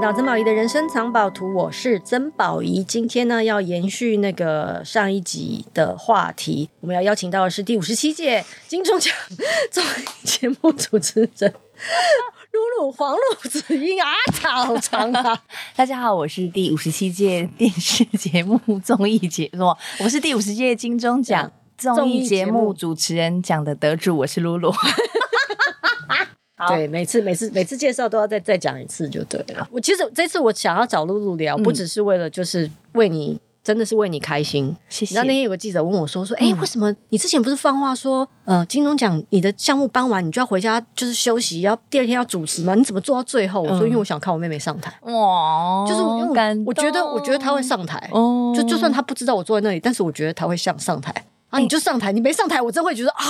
到曾宝仪的人生藏宝图，我是曾宝仪。今天呢，要延续那个上一集的话题，我们要邀请到的是第五十七届金钟奖综艺节目主持人 露露黄露子英啊，好长啊！大家好，我是第五十七届电视节目综艺节目， 我是第五十届金钟奖综综艺艺节节目目主持人奖的得主，我是露露。好对，每次每次每次介绍都要再再讲一次就对了。嗯我其实这次我想要找露露聊，不只是为了就是为你。真的是为你开心，谢谢然后那天有个记者问我说：“说，哎、为什么你之前不是放话说，呃，金钟奖你的项目颁完，你就要回家就是休息，要第二天要主持吗？你怎么做到最后？”我说：“因为我想看我妹妹上台， 哇，就是我因为我感动我觉得我觉得她会上台，哦就就算她不知道我坐在那里，但是我觉得她会想上台。”啊！你就上台，你没上台，我真会觉得啊，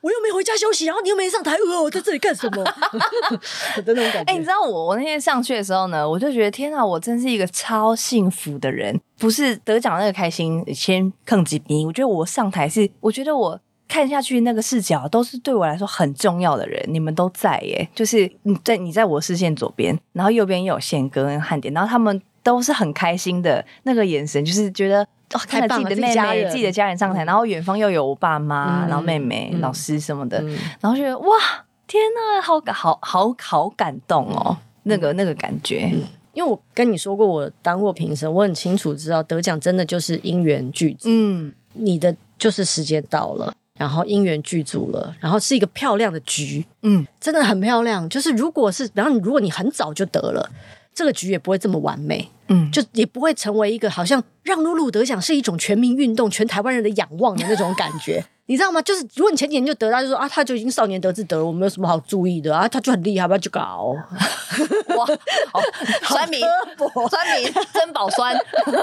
我又没回家休息，然后你又没上台，呃，我在这里干什么？ 的那种感觉。哎、你知道我我那天上去的时候呢，我就觉得天啊，我真是一个超幸福的人。不是得奖那个开心，先坑几逼。我觉得我上台是，我觉得我看下去那个视角都是对我来说很重要的人，你们都在耶，就是你在你在我视线左边，然后右边又有宪哥跟汉典，然后他们都是很开心的那个眼神，就是觉得。哦、太看着棒自了己的自己妹家妹、人自己的家人上台，然后远方又有我爸妈、嗯然后妹妹、嗯老师什么的，嗯然后就觉得哇，天呐，好感好好好感动哦，那个那个感觉，因为我跟你说过，我当过评审，我很清楚知道得奖真的就是因缘具足，嗯你的就是时间到了，然后因缘具足了，然后是一个漂亮的局，嗯，真的很漂亮。就是如果是，然后你如果你很早就得了，这个局也不会这么完美，嗯就也不会成为一个好像让露露得奖是一种全民运动、全台湾人的仰望的那种感 觉。你知道吗？就是如果你前几年就得，他就说啊，他就已经少年得志得了，我没有什么好注意的啊，他就很厉害，不要去搞。哇，好酸民，酸民，珍宝酸，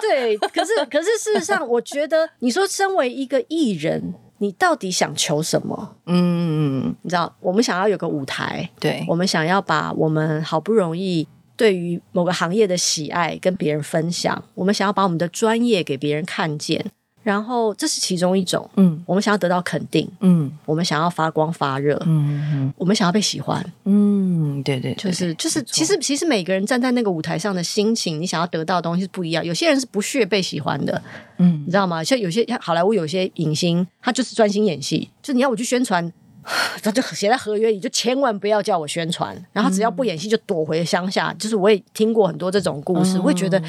对，可是可是事实上，我觉得你说身为一个艺人，你到底想求什么？嗯，你知道，我们想要有个舞台，对，我们想要把我们好不容易对于某个行业的喜爱跟别人分享，我们想要把我们的专业给别人看见，然后这是其中一种。嗯我们想要得到肯定，嗯我们想要发光发热，嗯我们想要被喜欢，嗯，对对，就对是就是，错其实其实每个人站在那个舞台上的心情，你想要得到的东西是不一样。有些人是不屑被喜欢的，嗯你知道吗？像有些像好莱坞有些影星，他就是专心演戏，就你要我去宣传。 他就写在合约里，就千万不要叫我宣传。然后他只要不演戏，就躲回乡下。就是我也听过很多这种故事，我也觉得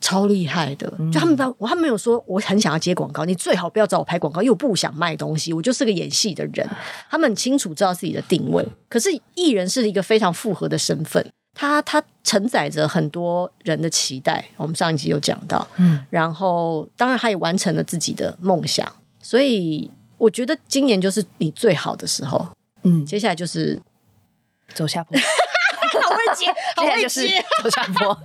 超厉害的。就他们把，他们没有说我很想要接广告，你最好不要找我拍广告，因为我不想卖东西，我就是个演戏的人。他们很清楚知道自己的定位。可是艺人是一个非常复合的身份，他他承载着很多人的期待。我们上一集有讲到，然后当然他也完成了自己的梦想，所以我觉得今年就是你最好的时候，嗯，接下来就是走下坡，好会接， 接下来就是走下坡，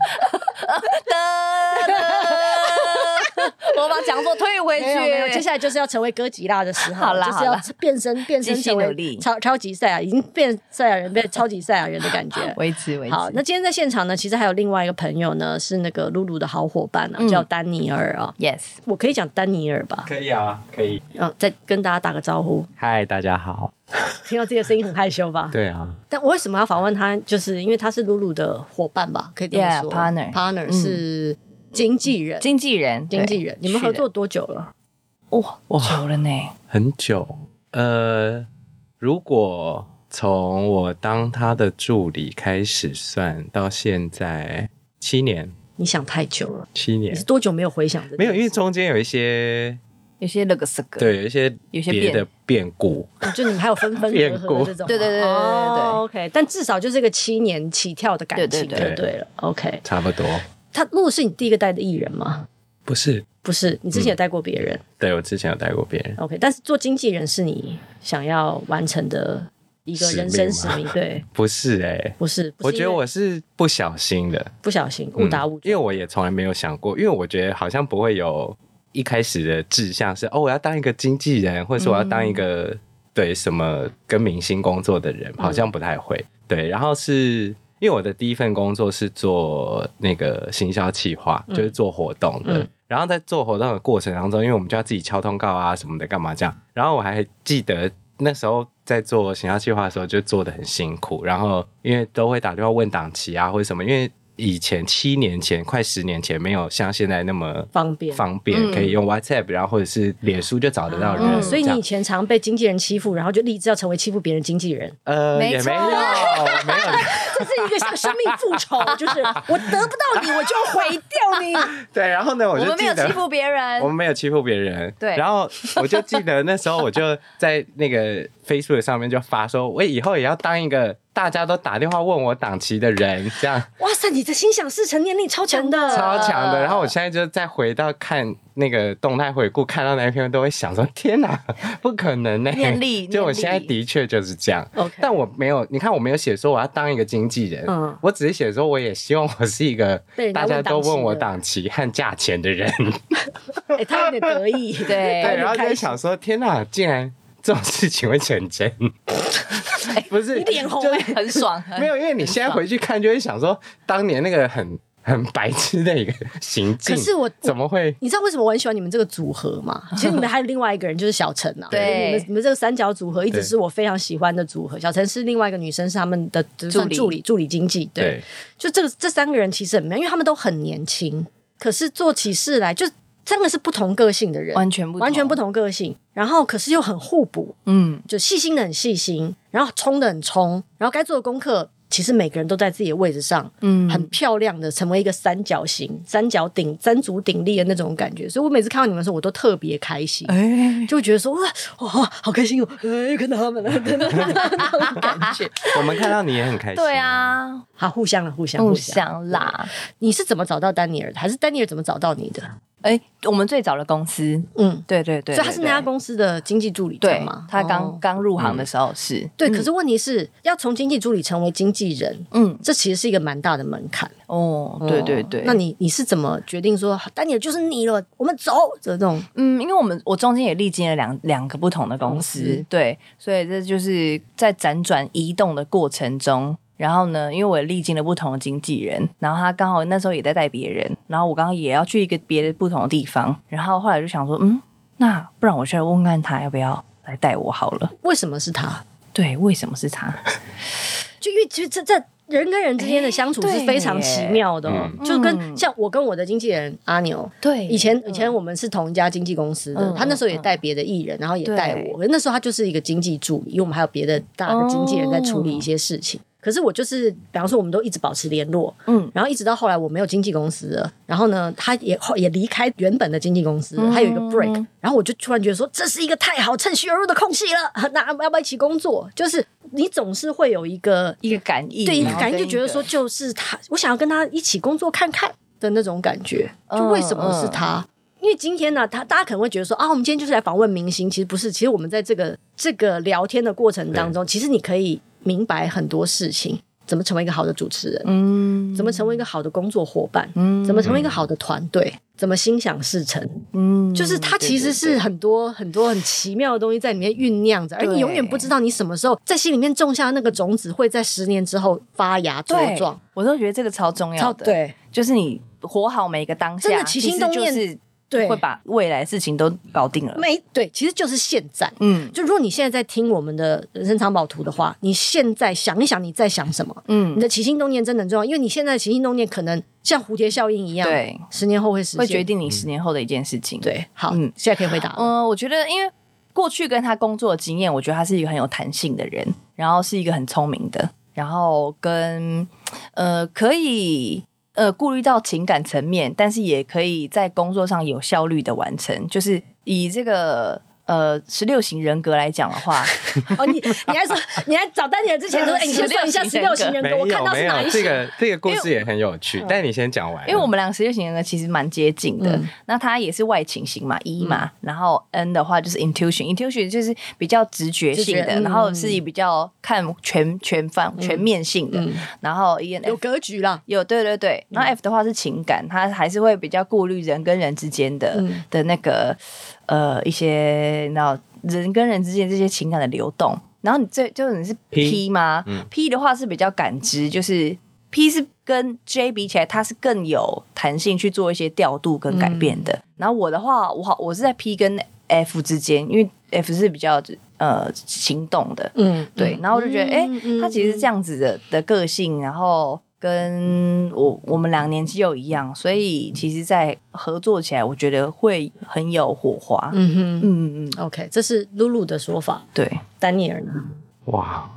我把讲座退回没有没有，去，接下来就是要成为哥吉拉的时候，好啦就是要好啦变身变身继续成努为力超超级赛亚，已经变赛亚人变超级赛亚人的感 觉。维持维持，好，那今天在现场呢，其实还有另外一个朋友呢，是那个露露的好伙伴啊，嗯叫丹尼尔啊， yes，我可以讲丹尼尔吧，可以啊，可以。嗯，再跟大家打个招呼，嗨，大家好。听到自己的声音很害羞吧？对啊，但我为什么要访问他？就是因为他是露露的伙伴吧，可以这么说 Yeah，partner partner 嗯是经纪人，经纪人，经纪人。对你们合是的作多久了？哇哇久了呢，很久。呃，如果从我当他的助理开始算到现在，七年，你想太久了，七你是年多久没有回想这？没有，因为中间有一些有些那个是个，对，有一些有些别的变故。哦就你们还有分分合变合故的这 种吗，对对对对对对哦，OK。但至少就是个七年起跳的感情，就对对对对了，OK。差不多，他露露是你第一个带的艺人吗？不是。不是，你之前也带过别人对我之前有带过别人， ，OK。但是做经纪人是你想要完成的一个使人生命使吗命，对，不是哎、不是。不是我觉因得为我是不小心的，不小心嗯误打误撞，因为我也从来没有想过，因为我觉得好像不会有一开始的志向是哦，我要当一个经纪人，或者是我要当嗯一个、对什么跟明星工作的人，好嗯像不太会。对，然后是因为我的第一份工作是做那个行销企划，就是做活动的。嗯然后在做活动的过程当中，因为我们就要自己敲通告啊什么的，干嘛这样。然后我还记得那时候在做行销计划的时候，就做的很辛苦。然后因为都会打电话问档期啊或者什么，因为以前七年前、快十年前没有像现在那么方便方便，嗯可以用 WhatsApp，然后或者是脸书就找得到人。嗯所以这样你以前常被经纪人欺负，然后就立志要成为欺负别人经纪人，呃没也没有错没有。 这是一个像生命复仇，就是我得不到 你，我就毁掉你。 对，然后呢，我我就们没有记得欺负别人我，们没有欺负别人。对然后我就记得那时候我就在那个 Facebook 上面就发说，我以后也要当一个大家都打电话问我档期的人，这样 哇塞，你的心想事成，念力 超强的，超强嗯的。然后我现在就再回到看那个动态回顾，看到那一篇都会想说，天哪， 不可能呢、 念力就我念力现在的确就是这样。 OK 但我没有，你看我没有写说我要当一个经纪人，嗯我只是写说我也希望我是一个被人家大问家都问我档档期和价钱的人。哎、他有点得 意，他对有对，点然后就哎开会心想说，天哪，竟然这种事情会成 真，不是你脸红就哎、是很爽，很没有，因为你现在回去看，就会想说，当年那个很很白痴的一个行径，可是我怎么会？你知道为什么我很喜欢你们这个组合 吗？其实你们还有另外一个人，就是小陈啊。对你们你们这个三角组合一直对是我非常喜欢的组合。小陈是另外一个女生，是他们的就是算助理助理助理经纪。对，对就这个这三个人其实很妙，因为他们都很年轻，可是做起事来就真的是不同个性的人，完全不完全不同，同个性。然后可是又很互补，嗯，就细心的很细心，然后冲的很冲，然后该做的功课，其实每个人都在自己的位置上，嗯很漂亮的成为一个三角形、三角顶、三足鼎立的那种感觉。所以我每次看到你们的时候，我都特别开心，哎，就会觉得说哇哇，好开心哦，哎，又看到他们了， 真的那种感觉。我们看到你也很开心，对，啊，好，互相了，互相，不相。想啦。你是怎么找到丹尼尔的？还是丹尼尔怎么找到你的？哎，我们最早的公司，嗯，对对对，所以他是那家司，公司的经济助理，这对样吗？他哦刚刚入行的时候是，对，嗯可是问题是要从经济助理成为经纪人，嗯，这其实是一个蛮大的门槛。哦，对对对，那你你是怎么决定说丹尼尔就是你了，我们走这种？嗯，因为我们我中间也历经了两两个不同的公司，公司对，所以这就是在辗转移动的过程中。然后呢，因为我也历经了不同的经纪人，然后他刚好那时候也在带别人，然后我刚刚也要去一个别的不同的地方，然后后来就想说，嗯，那不然我去问看他要不要来带我好了。为什么是他？对，为什么是 他？就因为其实这这人跟人之间的相处哎是非常对耶奇妙的、哦，嗯就嗯跟像我跟我的经纪人阿牛。对以前以前我们是同一家经纪公司的，嗯他那时候也带别的艺人，然后也带对我。可是那时候他就是一个经济助理，因为我们还有别的大的经纪人在处理一些事情。可是我就是，比方说我们都一直保持联络，嗯，然后一直到后来我没有经纪公司了，然后呢，他也后也离开原本的经纪公司了，嗯他有一个 break，然后我就突然觉得说这是一个太好趁虚而入的空隙了， 那要不要一起工作？就是你总是会有一个一个感应，对一个然后感觉，跟就觉得一个说就是他，我想要跟他一起工作看看的那种感觉，就为什么是嗯他？因为今天呢、他大家可能会觉得说啊，我们今天就是来访问明星，其实不是，其实我们在这个这个聊天的过程当中，其实你可以明白很多事情，怎么成为一个好的主持人，嗯，怎么成为一个好的工作伙伴，嗯怎么成为一个好的团队，怎么心想事成，嗯，就是它其实是很多很多很奇妙的东西在里面酝酿着，而对你永远不知道你什么时候在心里面种下那个种子，会在十年之后发芽茁对壮。，我都觉得这个超重要超的，对就是你活好每一个当下，真的起心动念其实就是对会把未来事情都搞定了。没对，其实就是现在。嗯就如果你现在在听我们的人生藏宝图的话，你现在想一想你在想什么，你嗯，的起心动念真的很重要，因为你现在的起心动念可能像蝴蝶效应一样，对，十年后会实现。会决定你十年后的一件事情。，对，好，嗯现在可以回答了。嗯、我觉得因为过去跟他工作的经验，我觉得他是一个很有弹性的人，然后是一个很聪明的，然后跟呃可以。呃，顾虑到情感层面，但是也可以在工作上有效率的完成。就是以这个呃十六型人格来讲的话，哦，你你还说你还找丹尼尔之 前说，哎，你先算一下十16六型人没格，我看有到没是哪有一这型？个这个故事也很有趣，但你先讲完，因为我们两个十六型人格其实蛮接近的。嗯那他也是外倾型嘛，一、嘛，然后 N 的话就是 intuition，intuition 就是比较直觉性直觉的，嗯嗯然后是比较看全全方全面性的。然后 E N 有 F 格局啦，有对对对，然嗯后 F 的话是情感，他还是会比较顾虑人跟人之间的、嗯的那个呃一些那人跟人之间这些情感的流动。然后你这就是你是 P P 吗嗯 p 的话是比较感知，就是 P 是跟 J 比起来，它是更有弹性去做一些调度跟改嗯变的。然后我的话，我好我是在 P 跟 F 之间，因为 F 是比较呃行动的，嗯，对，然后我就觉得，哎、嗯嗯他其实这样子的的个性，然后跟我我们俩年纪又一样，所以其实，在合作起来，我觉得会很有火花。嗯嗯哼嗯嗯， ，OK，这是露露的说法，对，丹尼尔呢。哇，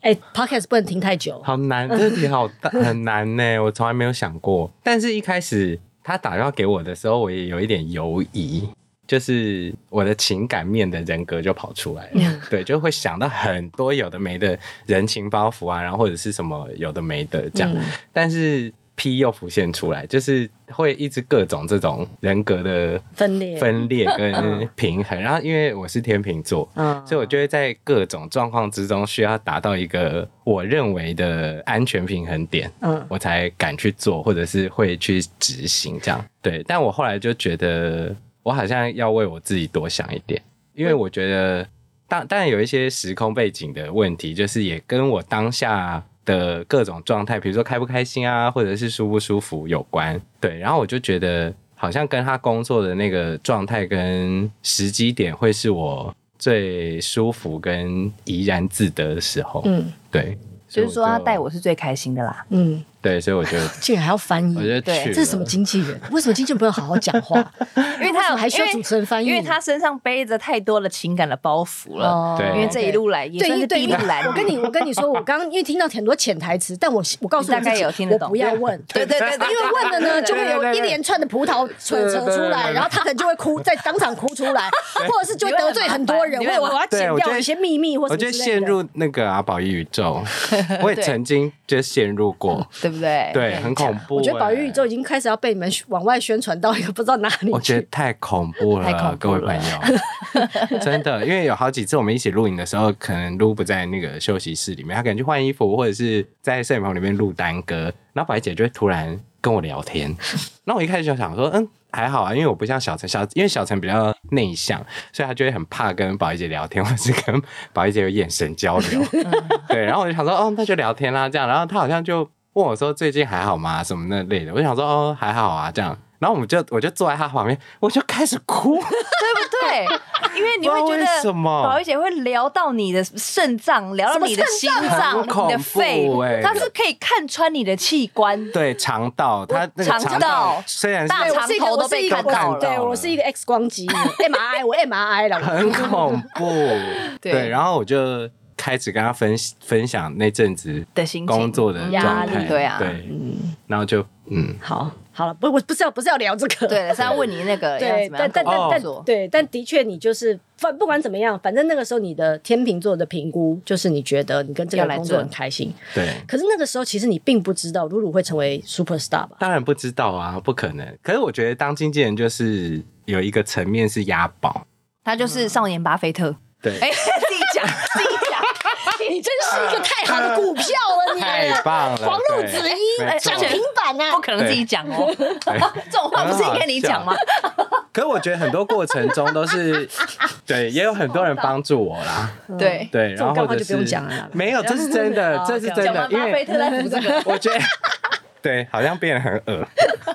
哎、p o d c a s t 不能停太久，好难，这题好大很难呢， 我从来没有想过。但是一开始他打电话给我的时候，我也有一点犹疑，就是我的情感面的人格就跑出来了， 对，就会想到很多有的没的人情包袱啊，然后或者是什么有的没的这样。嗯但是 P 又浮现出来，就是会一直各种这种人格的分裂，分裂跟平衡。然后因为我是天秤座，嗯，所以我就会在各种状况之中需要达到一个我认为的安全平衡点，嗯我才敢去做，或者是会去执行这样。对，但我后来就觉得，我好像要为我自己多想一点，因为我觉得，当当然有一些时空背景的问题，就是也跟我当下。的各种状态，比如说开不开心啊，或者是舒不舒服有关，对。然后我就觉得，好像跟他工作的那个状态跟时机点，会是我最舒服跟怡然自得的时候。嗯对，所就以是说他带我我是最开心的啦。嗯，对，所以我就竟然还要翻译我，就对去了。嗯这是什么经纪人？为什么经纪人不能好好讲 话？因为为他什有么还需要主持人翻译因为因为他身上背着太多的情感的包袱了。对因为这一路来也算是哦对砥因为砺来。我跟你，我跟你说，我刚刚因为听到很多潜台词，但我我告诉我你大概自己有听得懂我不要问， 对对对，对因为问了呢，就会有一连串的葡萄扯扯出来，然后他可能就会哭，在当场哭出 来，或者是就会得罪很多人，你或会者很我要对剪我觉掉得一些秘密或我什么之类就的。陷入那个啊宝玉宇 宙，我也对曾经就陷入过，对不对？对，很恐怖、我觉得宝玉宇宙欸已经开始要被你们往外宣传到一个不知道哪里我觉去得。太恐怖了，太恐怖各位了朋友，真的，因为有好几次我们一起录影的时候，可能录不在那个休息室里面，他可能去换衣服，或者是在摄影棚里面录单歌，然后白姐就会突然跟我聊天，那我一开始就想说，嗯，还好啊，因为我不像小陈，小因为小陈比较内向，所以他就会很怕跟宝仪姐聊天，或是跟宝仪姐有眼神交流，对，然后我就想说，哦，那就聊天啦，这样，然后他好像就问我说最近还好吗，什么那类的，我就想说，哦，还好啊，这样。然后我们就我就坐在他旁边，我就开始哭， 对不对？因为你会觉不知道为得什么宝仪姐会聊到你的肾脏，聊到你的心什脏、么肾脏你的肺很恐怖，欸她是可以看穿你的器官。对肠道，他那个肠肠道虽然是大对我是一个长我是一头都被个看到了对我是一个 X 光机 MRI，我 MRI 了，我 很恐怖，对对，然后我就开始跟他分分享那阵子的心情工作的压状力态，对啊对，然后就嗯，好，好了，不，我不是要不是要聊这个，对了，是要问你那个要对，怎么样但但但工但作？对，但的确你就是反不管怎么样，反正那个时候你的天秤座的评估就是你觉得你跟这要个来工作这很开心，对，可是那个时候其实你并不知道露露会成为 super star 吧？当然不知道啊，不可能。可是我觉得当经纪人就是有一个层面是押宝，他就是少年巴菲特。对，哎，自己 讲，自己讲。你真是一个太好的股票了，呃太你棒了，黄对路子没一错哎涨停板不啊！可能自己讲哦，哎这种话不是应该你讲吗？可我觉得很多过程中都是，对，也有很多人帮助我啦，对，对，这然种后干或话者就是不用讲了啦哦没有，这是 真的，这是真讲的，完因巴菲为特在补这个，我觉得 对，好像变得很恶，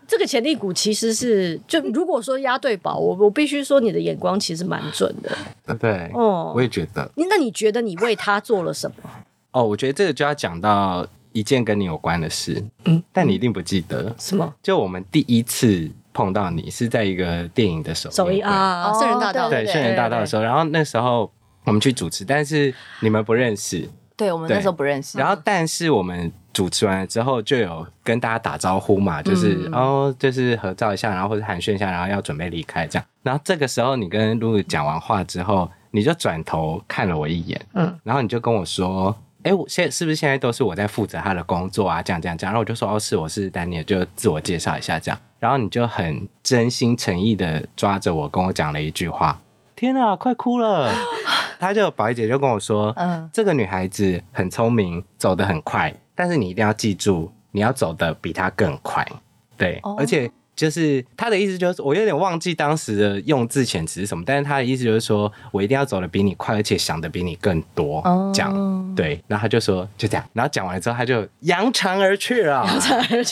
这个潜力股其实是，就如果说押对宝，我我必须说你的眼光其实蛮准的。对，哦哎我也觉得，你那你觉得你为他做了什么？哦，我觉得这个就要讲到一件跟你有关的事，嗯但你一定不记得，什么就我们第一次碰到你是在一个电影的首手艺映会啊？哦圣人大道，对对，圣人大道的时候，然后那时候我们去主持，但是你们不认识，对我们那时候不认识，然后但是我们主持完了之后就有跟大家打招呼嘛，就是、哦，就是合照一下，然后或者寒暄一下，然后要准备离开这样。然后这个时候你跟露露讲完话之后，你就转头看了我一眼，嗯，然后你就跟我说。哎，我现在是不是现在都是我在负责他的工作啊？这样这样这样，然后我就说哦，是我是丹尼尔，就自我介绍一下这样。然后你就很真心诚意的抓着我跟我讲了一句话，天啊，快哭 了！他就宝仪姐就跟我说，嗯这个女孩子很聪明，走得很快，但是你一定要记住，你要走得比她更快。对，哦而且就是他的意思就是，我有点忘记当时的用字遣词是什么，但是他的意思就是说我一定要走得比你快，而且想得比你更多，哦这样。对，然后他就说就这样，然后讲完之后他就扬长而去 了。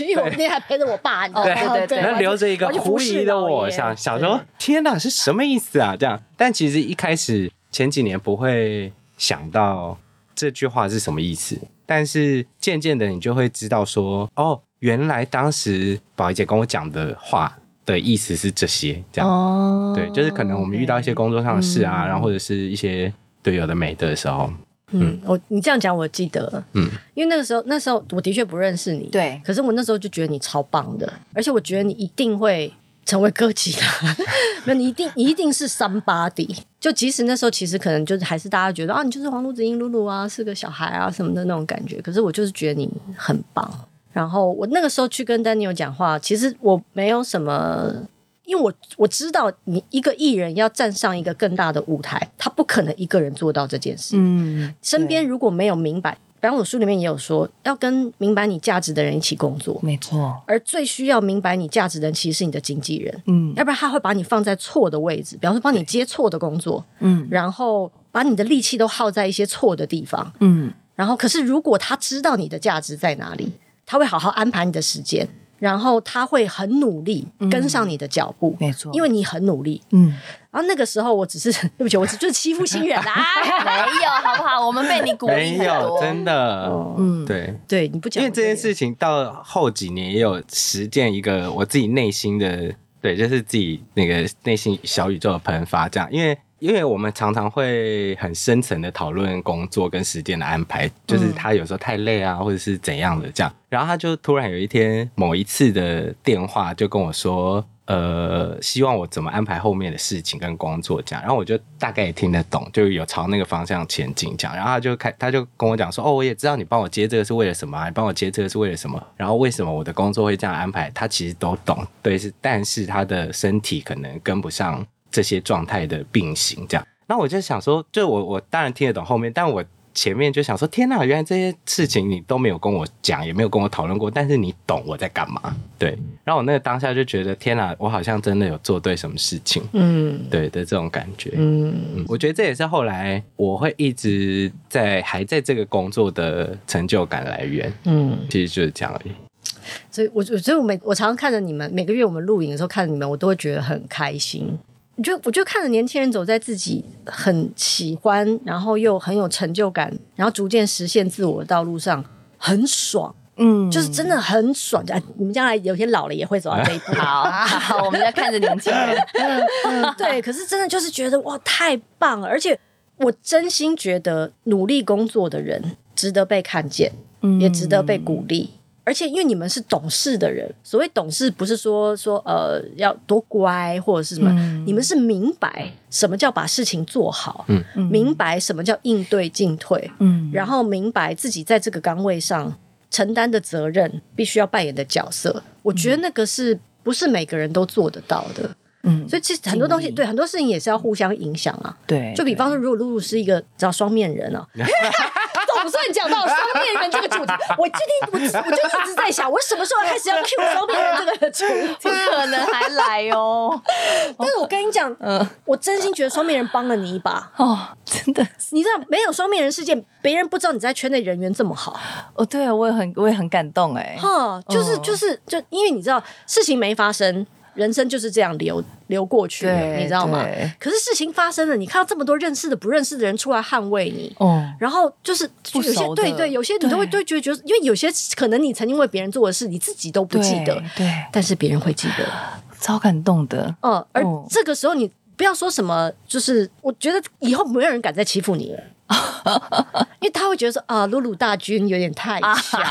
因为我那天还陪着我爸，你知道对吗？对对我还然后去留着一个我还去狐服侍疑的老我，爷想想说，天哪，是什么意思啊？这样，但其实一开始前几年不会想到这句话是什么意思，但是渐渐的，你就会知道说，哦，原来当时宝仪姐跟我讲的话的意思是这些，这样。哦对，就是可能我们遇到一些工作上的事啊，嗯然后或者是一些对有的没的的时候，嗯，我你这样讲我记得了，嗯，因为那个时候那时候我的确不认识你，对可是我那时候就觉得你超棒的，而且我觉得你一定会成为歌姬的， 没有你一定你一定是 somebody。就即使那时候其实可能就是还是大家觉得啊，你就是黄路子英露露啊，是个小孩啊什么的那种感觉，可是我就是觉得你很棒。然后我那个时候去跟丹尼尔讲话，其实我没有什么。因为我我知道你一个艺人要站上一个更大的舞台，他不可能一个人做到这件事。嗯，身边如果没有明白，比方我书里面也有说，要跟明白你价值的人一起工作，没错，而最需要明白你价值的人其实是你的经纪人，嗯要不然他会把你放在错的位置，比方说帮你接错的工作，嗯然后把你的力气都耗在一些错的地方。嗯，然后，可是如果他知道你的价值在哪里，他会好好安排你的时间，然后他会很努力跟上你的脚步，嗯没错，因为为你很努力。嗯，然后那个时候，我只是对不起，我只就是欺负新人啦、 没有，好不好？我们被你鼓没励很有多，真的，哦，嗯，对，对你不讲，因为这件事情到后几年也有实践一个我自己内心的，对，就是自己那个内心小宇宙的喷发这样，因为。因为我们常常会很深层的讨论工作跟时间的安排，就是嗯他有时候太累啊，或者是怎样的这样。然后他就突然有一天某一次的电话就跟我说，呃，希望我怎么安排后面的事情跟工作这样。然后我就大概也听得懂，就有朝那个方向前进这样。然后他就开，他就跟我讲说，哦，我也知道你帮我接这个是为了什么、啊，你帮我接这个是为了什么，然后为什么我的工作会这样安排，他其实都懂，对，是，但是他的身体可能跟不上这些状态的并行这样。那我就想说，就我我当然听得懂后面，但我前面就想说，天呐，原来这些事情你都没有跟我讲，也没有跟我讨论过，但是你懂我在干嘛，嗯对。然后我那个当下就觉得，天呐，我好像真的有做对什么事情，嗯对的这种感觉。嗯。嗯，我觉得这也是后来我会一直在还在这个工作的成就感来源，嗯，其实就是这样而已。所以我我所以我每我常常看着你们每个月我们录影的时候看着你们，我都会觉得很开心。我觉得我就看着年轻人走在自己很喜欢，然后又很有成就感，然后逐渐实现自我的道路上，很爽，嗯，就是真的很爽。哎你们将来有些老了也会走到这一步，好，好，我们在看着年轻人，对，可是真的就是觉得哇，太棒了！而且我真心觉得努力工作的人值得被看见，也值得被鼓励。而且因为你们是懂事的人，所谓懂事不是说说呃要多乖或者是什么，你们是明白什么叫把事情做好，嗯明白什么叫应对进退，嗯，然后明白自己在这个岗位上承担的责任，必须要扮演的角色。我觉得那个是不是每个人都做得到的？嗯，所以其实很多东西，敬意对很多事情也是要互相影响啊。对，就比方说，如果露露是一个只要双面人 啊，总算讲到双面人这个主题，我最近我我就一直在想，我什么时候开始要 Q 双面人这个主不 题？可能还来哦，但是我跟你讲，嗯，我真心觉得双面人帮了你一把。 哦，真的，你知道，没有双面人事件，别人不知道你在圈内人缘这么好。哦，对，我也很，我也很感动哎，哈，就是哦就是就因为你知道事情没发生，人生就是这样流流过去的，对，你知道吗？对可是事情发生了，你看到这么多认识的、不认识的人出来捍卫你，哦，然后就是就不有些熟的对对，有些你都会对对觉得觉得，因为有些可能你曾经为别人做的事，你自己都不对记得，对，但是别人会记得。超感动的，嗯，而哦这个时候你不要说什么，就是我觉得以后没有人敢再欺负你了。因为他会觉得说啊，鲁鲁大军有点太强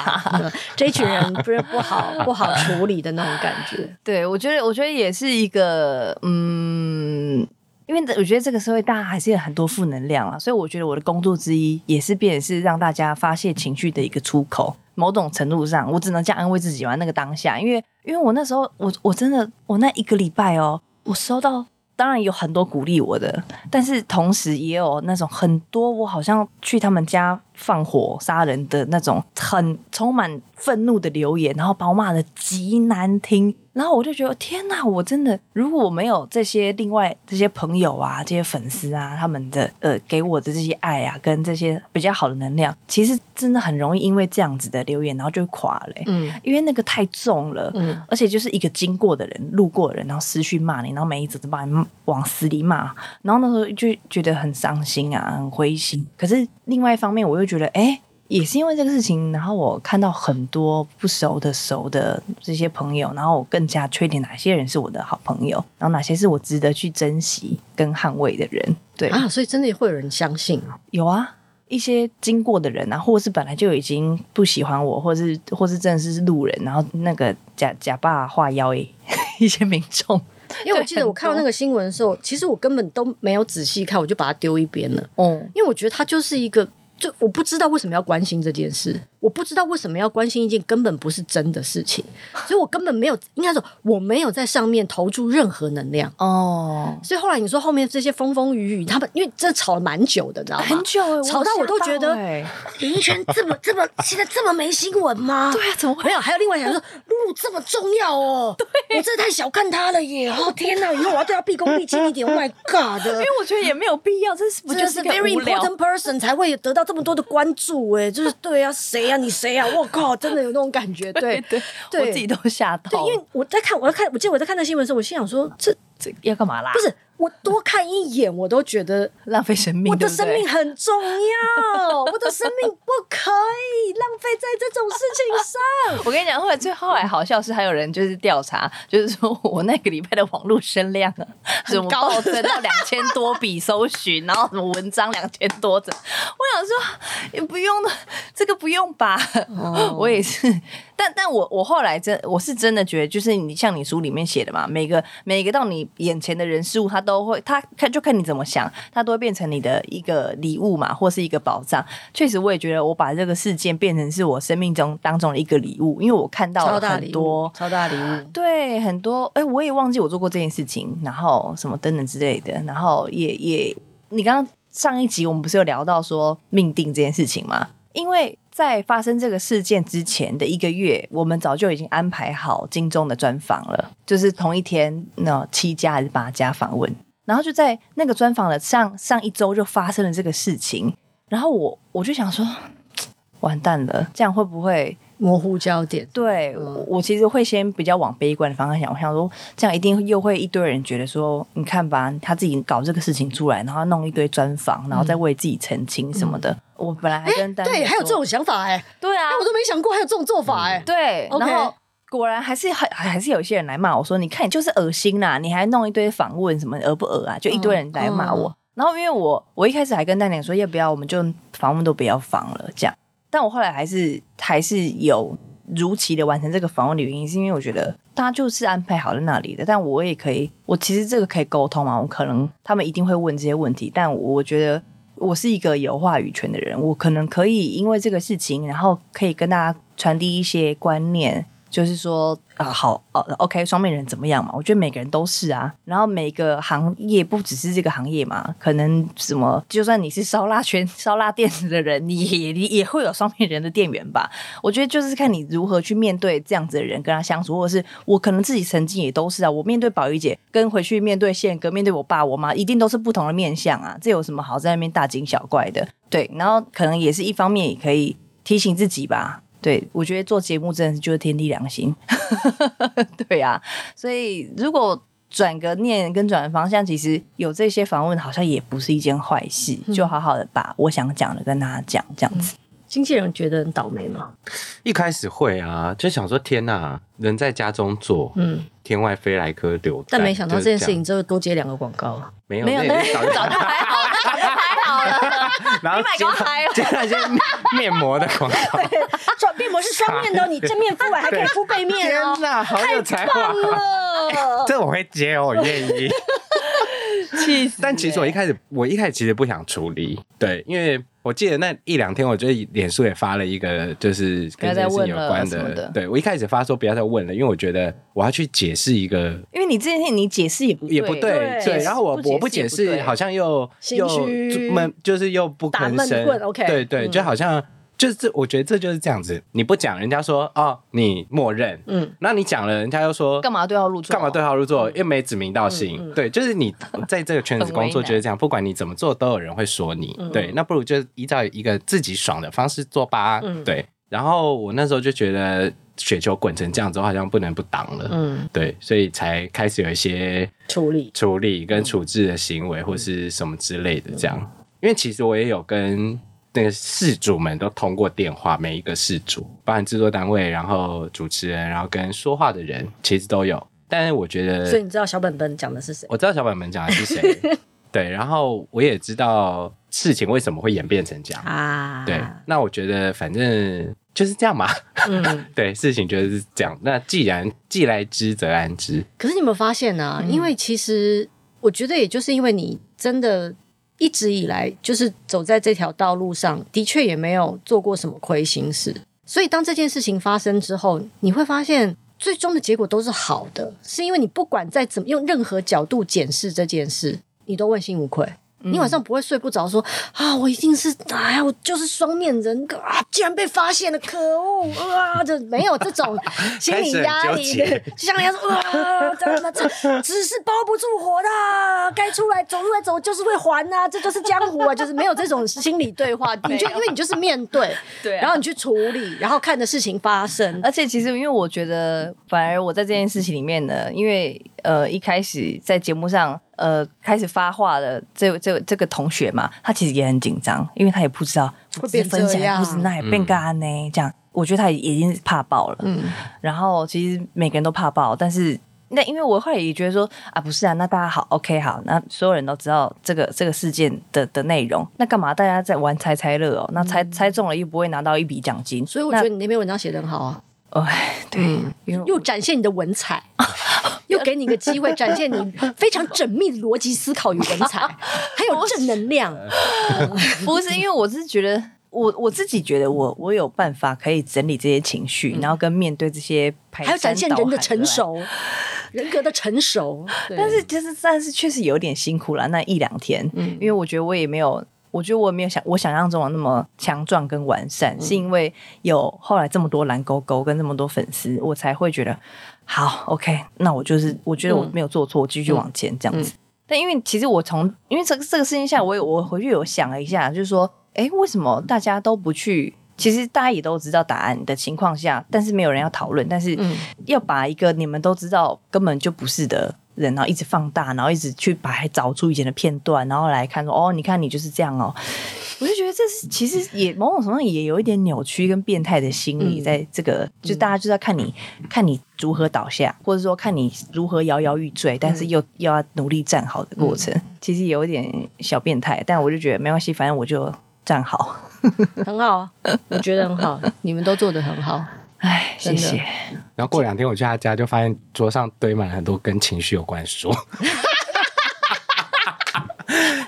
了，这一群人不是不好不好处理的那种感觉。对我觉得，我觉得也是一个，嗯。因为我觉得这个社会大家还是有很多负能量啊，所以我觉得我的工作之一也是变成是让大家发泄情绪的一个出口。某种程度上，我只能这样安慰自己嘛。那个当下，因为因为我那时候，我我真的我那一个礼拜哦，我收到当然有很多鼓励我的，但是同时也有那种很多我好像去他们家放火杀人的那种很充满愤怒的留言，然后把我骂的极难听，然后我就觉得天哪，我真的如果我没有这些另外这些朋友啊、这些粉丝啊，他们的呃给我的这些爱啊，跟这些比较好的能量，其实真的很容易因为这样子的留言，然后就垮了欸、嗯因为那个太重了，嗯而且就是一个经过的人、路过的人，然后私讯骂你，然后每一次都把你往死里骂，然后那时候就觉得很伤心啊，很灰心。可是另外一方面，我又觉得，哎、也是因为这个事情，然后我看到很多不熟的、熟的这些朋友，然后我更加确定哪些人是我的好朋友，然后哪些是我值得去珍惜跟捍卫的人。对，啊，所以真的会有人相信啊。有啊，一些经过的人啊，或者是本来就已经不喜欢我，或是或是真的是路人，然后那个假假爸画腰诶， 一些民众，因为我记得我看到那个新闻的时候，其实我根本都没有仔细看，我就把它丢一边了，嗯，因为我觉得它就是一个，就我不知道为什么要关心这件事，我不知道为什么要关心一件根本不是真的事情，所以我根本没有，应该说我没有在上面投注任何能量。哦，所以后来你说后面这些风风雨雨，他们因为真的吵了蛮久的，知道吗？很久欸吵到我都觉得啊吓到欸演艺圈这么这么现在这么没新闻吗？对啊，怎么会 没有，还有另外想说，露露这么重要哦，我真的太小看她了耶！哦天哪，以后我要对她毕恭毕敬一点。Oh my god！因为我觉得也没有必要，这是不真就的是是一个 very 无聊 important person 才会得到这么多的关注哎，就是对啊，谁啊你谁啊，我靠，真的有那种感觉， 对对，我对自己都吓对，到。因为我在看，我在看，我记得我在看那新闻的时候，我心想说，这这个要干嘛啦？不是我多看一眼，我都觉得浪费生命，我的对不生对命很重要，我的生命不可以浪费在这种事情上。我跟你讲，后来最后来好笑是，还有人就是调查，就是说我那个礼拜的网络声量啊，怎么高暴增到两千多笔搜寻，然后什么文章两千多则。我想说，也不用的，这个不用吧？我也是，但但我我后来真我是真的觉得，就是你像你书里面写的嘛，每个每个到你眼前的人事物，它都会，它看就看你怎么想，它都会变成你的一个礼物嘛，或是一个宝藏。确实，我也觉得我把这个事件变成是我生命中当中的一个礼物，因为我看到了很多。 超大礼物，对，很多哎、我也忘记我做过这件事情，然后什么等等之类的，然后也也，你刚刚上一集我们不是有聊到说命定这件事情吗？因为在发生这个事件之前的一个月，我们早就已经安排好金钟的专访了，就是同一天那七家还是八家访问，然后就在那个专访的上上一周就发生了这个事情，然后我我就想说，完蛋了，这样会不会模糊焦点。对、我我其实会先比较往悲观的方向想，我想说这样一定又会一堆人觉得说，你看吧，他自己搞这个事情出来，然后弄一堆专访，然后再为自己澄清什么的。我本来还哎，跟丹嗯妮对，还有说这种想法哎，对啊哎，，我都没想过还有这种做法哎。对 OK 然后果然还是很还是有一些人来骂我说，你看你就是恶心啦，你还弄一堆访问什么恶不恶啊，就一堆人来骂我。然后因为我我一开始还跟丹妮说，要不要我们就访问都不要访了这样，但我后来还是还是有。如期的完成这个访问的原因，是因为我觉得他就是安排好在那里的，但我也可以，我其实这个可以沟通嘛，我可能他们一定会问这些问题，但我觉得我是一个有话语权的人，我可能可以因为这个事情，然后可以跟大家传递一些观念，就是说啊、好，哦、，OK，双面人怎么样嘛？我觉得每个人都是啊，然后每个行业不只是这个行业嘛，可能什么，就算你是烧腊圈、 烧腊店的人，你也也会有双面人的店员吧？我觉得就是看你如何去面对这样子的人，跟他相处，或者是我可能自己曾经也都是啊，我面对宝仪姐，跟回去面对宪哥，面对我爸我妈，一定都是不同的面相啊，这有什么好在那边大惊小怪的？对，然后可能也是一方面也可以提醒自己吧。对，我觉得做节目真的是就是天地良心， 对啊，所以如果转个念跟转个方向，其实有这些访问好像也不是一件坏事，就好好的把我想讲的跟大家讲，这样子。经纪人觉得很倒霉吗？一开始会啊，就想说天哪，人在家中坐，嗯，天外飞来颗榴弹。但没想到就这是件事情之后多接两个广告啊，没有没有，那那也是个 早就还好，那早就还好了。然后你买给接我嗨哦接那些面膜的广告， 转变膜是双面的哦，你正面敷完还可以敷背面哦天。哪，好有才华！这我会接哦，我愿意。气死！欸但其实我一开始，我一开始其实不想处理，对，因为我记得那一两天，我觉得脸书也发了一个，就是跟这件事情有不要再关问了什么的对我一开始发说不要再问了，因为我觉得我要去解释一个因为你这件事情你解释也不也不对，对对。然后我我不解解释也不释，对好像又心又虚闷，就是又不打吭闷声棍。，OK 对对，就好像就是这我觉得这就是这样子，你不讲，人家说哦，你默认，嗯，那你讲了，人家又说干嘛对号入座？干嘛对？号入座？又没指名道姓，对，就是你在这个圈子工很为作难就是这样，不管你怎么做，都有人会说你。对，那不如就依照一个自己爽的方式做吧。对，然后我那时候就觉得雪球滚成这样子，我好像不能不挡了。嗯，对，所以才开始有一些处理处嗯理跟处置的行为或是什么之类的这样。因为其实我也有跟那个事主们都通过电话，每一个事主，包含制作单位，然后主持人，然后跟说话的人，其实都有。但是我觉得，所以你知道小本本讲的是谁？我知道小本本讲的是 谁，对，然后我也知道事情为什么会演变成这样。啊，对，那我觉得反正就是这样嘛。嗯， 对，事情就是这样。那既然既来之则安之，可是你有没有发现呢、嗯因为其实我觉得，也就是因为你真的一直以来就是走在这条道路上，的确也没有做过什么亏心事，所以当这件事情发生之后，你会发现最终的结果都是好的，是因为你不管再怎么用任何角度检视这件事，你都问心无愧。嗯你晚上不会睡不着，说啊，我一定是，哎呀，我就是双面人格啊，竟然被发现了，可恶啊！这没有这种心理压力开始的很，就像人家说啊，这那这纸是包不住火的啊，该出来走出来走就是会还啊，这就是江湖啊，就是没有这种心理对话，你就因为你就是面对，啊对啊然后你去处理，然后看着事情发生，而且其实，因为我觉得，反而我在这件事情里面呢，因为呃一开始在节目上呃开始发话的这这这个同学嘛，他其实也很紧张，因为他也不知道会变分这享，样不是那也变干呢、这样。我觉得他也已经是怕爆了，嗯，然后其实每个人都怕爆，但是那因为我后来也觉得说啊，不是啊，那大家好，OK 好，那所有人都知道这个这个事件的的内容，那干嘛大家在玩猜猜乐哦？那猜、猜中了又不会拿到一笔奖金，嗯所以我觉得你那篇文章写的很好啊，那哎，对，因为我又展现你的文采，又给你一个机会展现你非常缜密的逻辑思考与文采，还有正能量。不是因为我是觉得我我自己觉得我我有办法可以整理这些情绪，然后跟面对这些排还有展山现倒人的海成来。熟，人格的成熟。但是其实但是确实有点辛苦了那一两天，因为我觉得我也没有。我觉得我没有想我想象中的那么强壮跟完善，是因为有后来这么多蓝勾勾跟这么多粉丝，我才会觉得好 OK。那我就是我觉得我没有做错，我继续往前这样子。但因为其实我从因为这个这个事情下，我有我回去有想了一下，就是说，哎，为什么大家都不去？其实大家也都知道答案的情况下，但是没有人要讨论，但是要把一个你们都知道根本就不是的人，然后一直放大，然后一直去把它找出以前的片段，然后来看说，哦，你看你就是这样哦，我就觉得这是其实也某种程度上也有一点扭曲跟变态的心理，在这个、嗯就大家就是要看你看你如何倒下，或者说看你如何摇摇欲坠，但嗯是又又要努力站好的过程，其实有一点小变态，但我就觉得没关系，反正我就站好。很好啊，我觉得很好，你们都做得很好。哎，真谢的谢。然后过两天我去他家，就发现桌上堆满了很多跟情绪有关的书。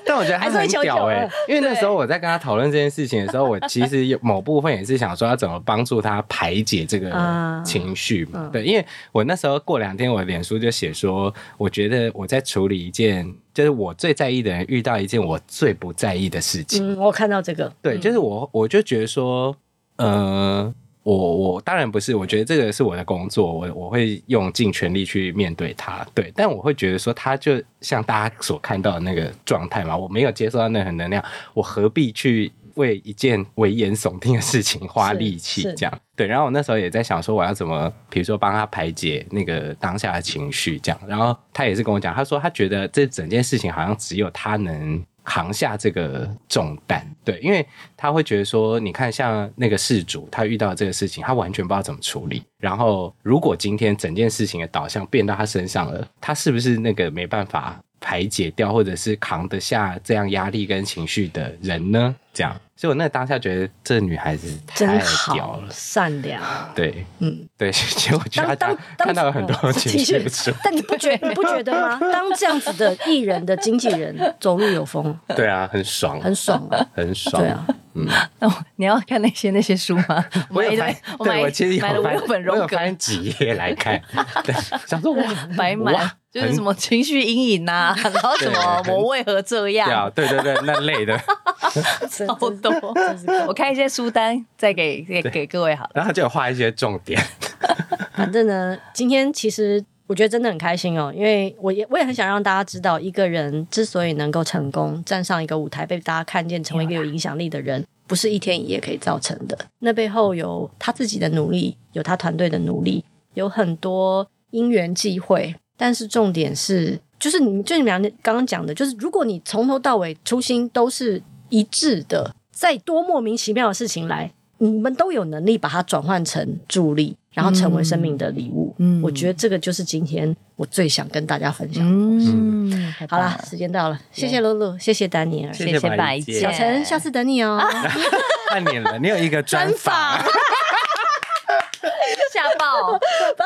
但我觉得他还很屌哎、是会求救因为那时候我在跟他讨论这件事情的时候，我其实有某部分也是想说要怎么帮助他排解这个啊情绪嘛。对，因为我那时候过两天，我脸书就写说，我觉得我在处理一件，就是我最在意的人遇到一件我最不在意的事情。嗯，我看到这个，对，就是我我就觉得说，呃，我我当然不是，我觉得这个是我的工作，我我会用尽全力去面对它。对，但我会觉得说，它就像大家所看到的那个状态嘛，我没有接受到那个能量，我何必去？为一件危言耸听的事情花是力气，是这样对。然后我那时候也在想说，我要怎么，比如说帮他排解那个当下的情绪，这样。然后他也是跟我讲，他说他觉得这整件事情好像只有他能扛下这个重担，对，因为他会觉得说，你看像那个事主，他遇到这个事情，他完全不知道怎么处理。然后，如果今天整件事情的导向变到他身上了，他是不是那个没办法排解掉，或者是扛得下这样压力跟情绪的人呢？这样，所以我那当下觉得这女孩子太真屌好了，，善良。对， 嗯，对，结果去他当家当当嗯看到了很多 情绪的书，但你不 觉你不觉得吗？当这样子的艺人的经纪人走路有风，对啊，很爽，很爽啊。很 爽，对啊，那我你要看那些那些书吗？ 我有买翻了，我买对我其实有买了翻五六本我荣有格，翻几页 来看，对，想说哇，摆哇满就是什么情绪阴影啊， 然后什么对很我为何这样，屌，对对对，那类的。 真好真多。我看一些书单，再给给给各位好了。然后就有画一些重点， 反正呢，今天其实我觉得真的很开心哦，因为我也我也很想让大家知道，一个人之所以能够成功，站上一个舞台被大家看见，成为一个有影响力的人，不是一天一夜可以造成的。那背后有他自己的努力，有他团队的努力，有很多因缘际会。但是重点是，就是你就你们俩刚刚讲的，就是如果你从头到尾初心都是一致的，再多莫名其妙的事情来，你们都有能力把它转换成助力，然后成为生命的礼物。嗯我觉得这个就是今天我最想跟大家分享。嗯，太好棒啦，，时间到了，谢谢露露，谢谢丹尼尔，谢谢谢白白姐姐，小陈，下次等你哦。看你了，你有一个专访。 吓爆，拜